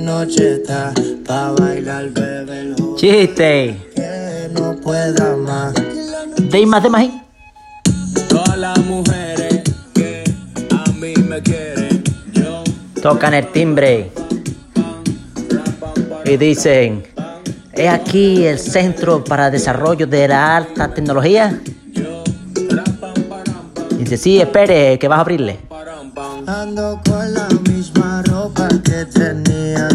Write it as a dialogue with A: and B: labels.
A: noche está pa' bailar, bebé, el joven
B: Chiste.
A: que no pueda más.
B: De I más ¿eh? de más I.
A: Todas las mujeres que a mí me quieren, yo
B: Tocan el timbre. Y dicen, ¿es aquí el centro para desarrollo de la alta tecnología? Y dice, sí, espere, que vas a abrirle.
A: ando con la misma ropa que tenía